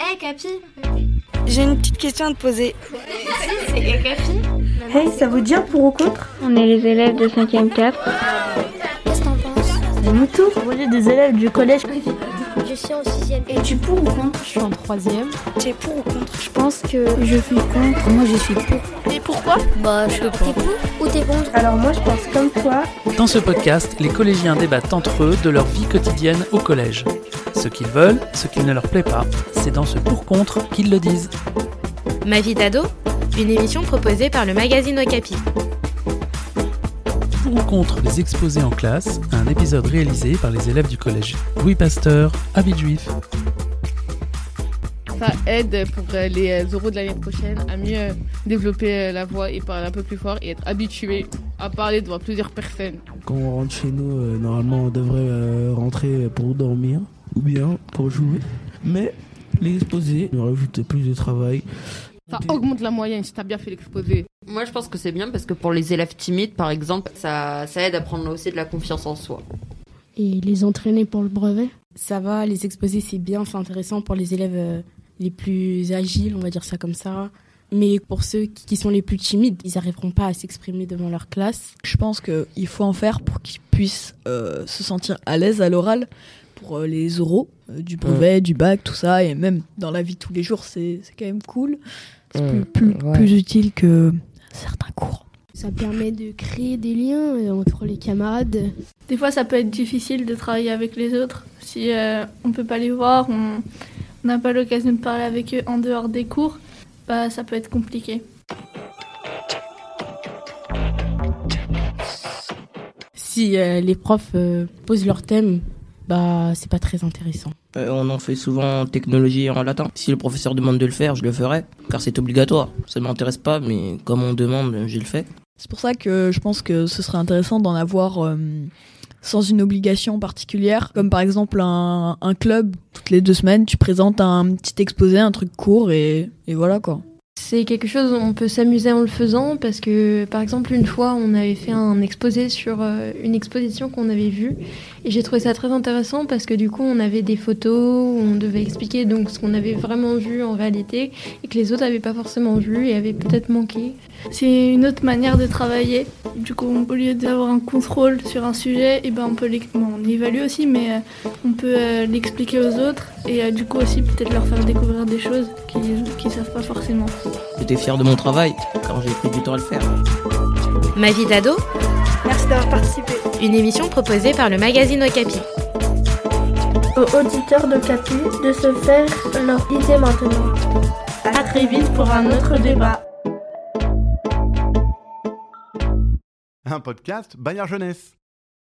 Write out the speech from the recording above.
Hey Eh, Capi J'ai une petite question à te poser. C'est Capi Hey, ça veut dire pour ou contre On est les élèves de 5e 4. Qu'est-ce que t'en penses C'est mon tour. des élèves du collège. Je suis en 6ème. Et tu pour ou contre Je suis en troisième. T'es pour ou contre Je pense que je suis contre. Moi, je suis pour. Et pourquoi Bah, je sais pas. T'es pour ou t'es contre Alors moi, je pense comme toi. Dans ce podcast, les collégiens débattent entre eux de leur vie quotidienne au collège. Ce qu'ils veulent, ce qui ne leur plaît pas, c'est dans ce pour-contre qu'ils le disent. Ma vie d'ado, une émission proposée par le magazine Okapi. Pour ou contre les exposés en classe, un épisode réalisé par les élèves du collège Louis Pasteur à Villejuif. Ça aide pour euh, les euh, oraux de l'année prochaine à mieux euh, développer euh, la voix et parler un peu plus fort et être habitué à parler devant plusieurs personnes. Quand on rentre chez nous, euh, normalement on devrait euh, rentrer pour dormir ou bien pour jouer. Mais l'exposé nous rajoute plus de travail. Ça augmente la moyenne si t'as bien fait l'exposé. Moi, je pense que c'est bien parce que pour les élèves timides, par exemple, ça, ça aide à prendre aussi de la confiance en soi. et les entraîner pour le brevet. Ça va, les exposés, c'est bien, c'est intéressant pour les élèves euh, les plus agiles, on va dire ça comme ça. Mais pour ceux qui qui sont les plus timides, ils n'arriveront pas à s'exprimer devant leur classe. Je pense qu'il faut en faire pour qu'ils puissent euh, se sentir à l'aise à l'oral pour euh, les oraux, euh, du brevet, du bac, tout ça, et même dans la vie de tous les jours, c'est c'est quand même cool. C'est plus, plus- plus utile que certains cours. Ça permet de créer des liens euh, entre les camarades. Des fois, ça peut être difficile de travailler avec les autres. Si euh, on peut pas les voir, on on n'a pas l'occasion de parler avec eux en dehors des cours, bah, ça peut être compliqué. Si euh, les profs euh, posent leur thème, bah c'est pas très intéressant. Euh, on en fait souvent en technologie et en latin. Si le professeur demande de le faire, je le ferai, car c'est obligatoire. Ça ne m'intéresse pas, mais comme on demande, je le fais. C'est pour ça que je pense que ce serait intéressant d'en avoir euh, sans une obligation particulière, comme par exemple un, un club, toutes les deux semaines, tu présentes un petit exposé, un truc court, et, et voilà quoi. C'est quelque chose où on peut s'amuser en le faisant parce que par exemple une fois on avait fait un exposé sur euh, une exposition qu'on avait vue et j'ai trouvé ça très intéressant parce que du coup on avait des photos où on devait expliquer donc ce qu'on avait vraiment vu en réalité et que les autres n'avaient pas forcément vu et avaient peut-être manqué. C'est une autre manière de travailler. Du coup, au lieu d'avoir un contrôle sur un sujet, et ben on peut l'ex- bon, on évalue aussi, mais euh, on peut euh, l'expliquer aux autres et euh, du coup aussi peut-être leur faire découvrir des choses qu'ils ne savent pas forcément. J'étais fier de mon travail, car j'ai pris du temps à le faire. Ma vie d'ado, Merci d'avoir participé. une émission proposée par le magazine Okapi. Aux auditeurs de Capi de se faire leur idée maintenant. À très vite pour un autre débat. Un podcast Bayard Jeunesse.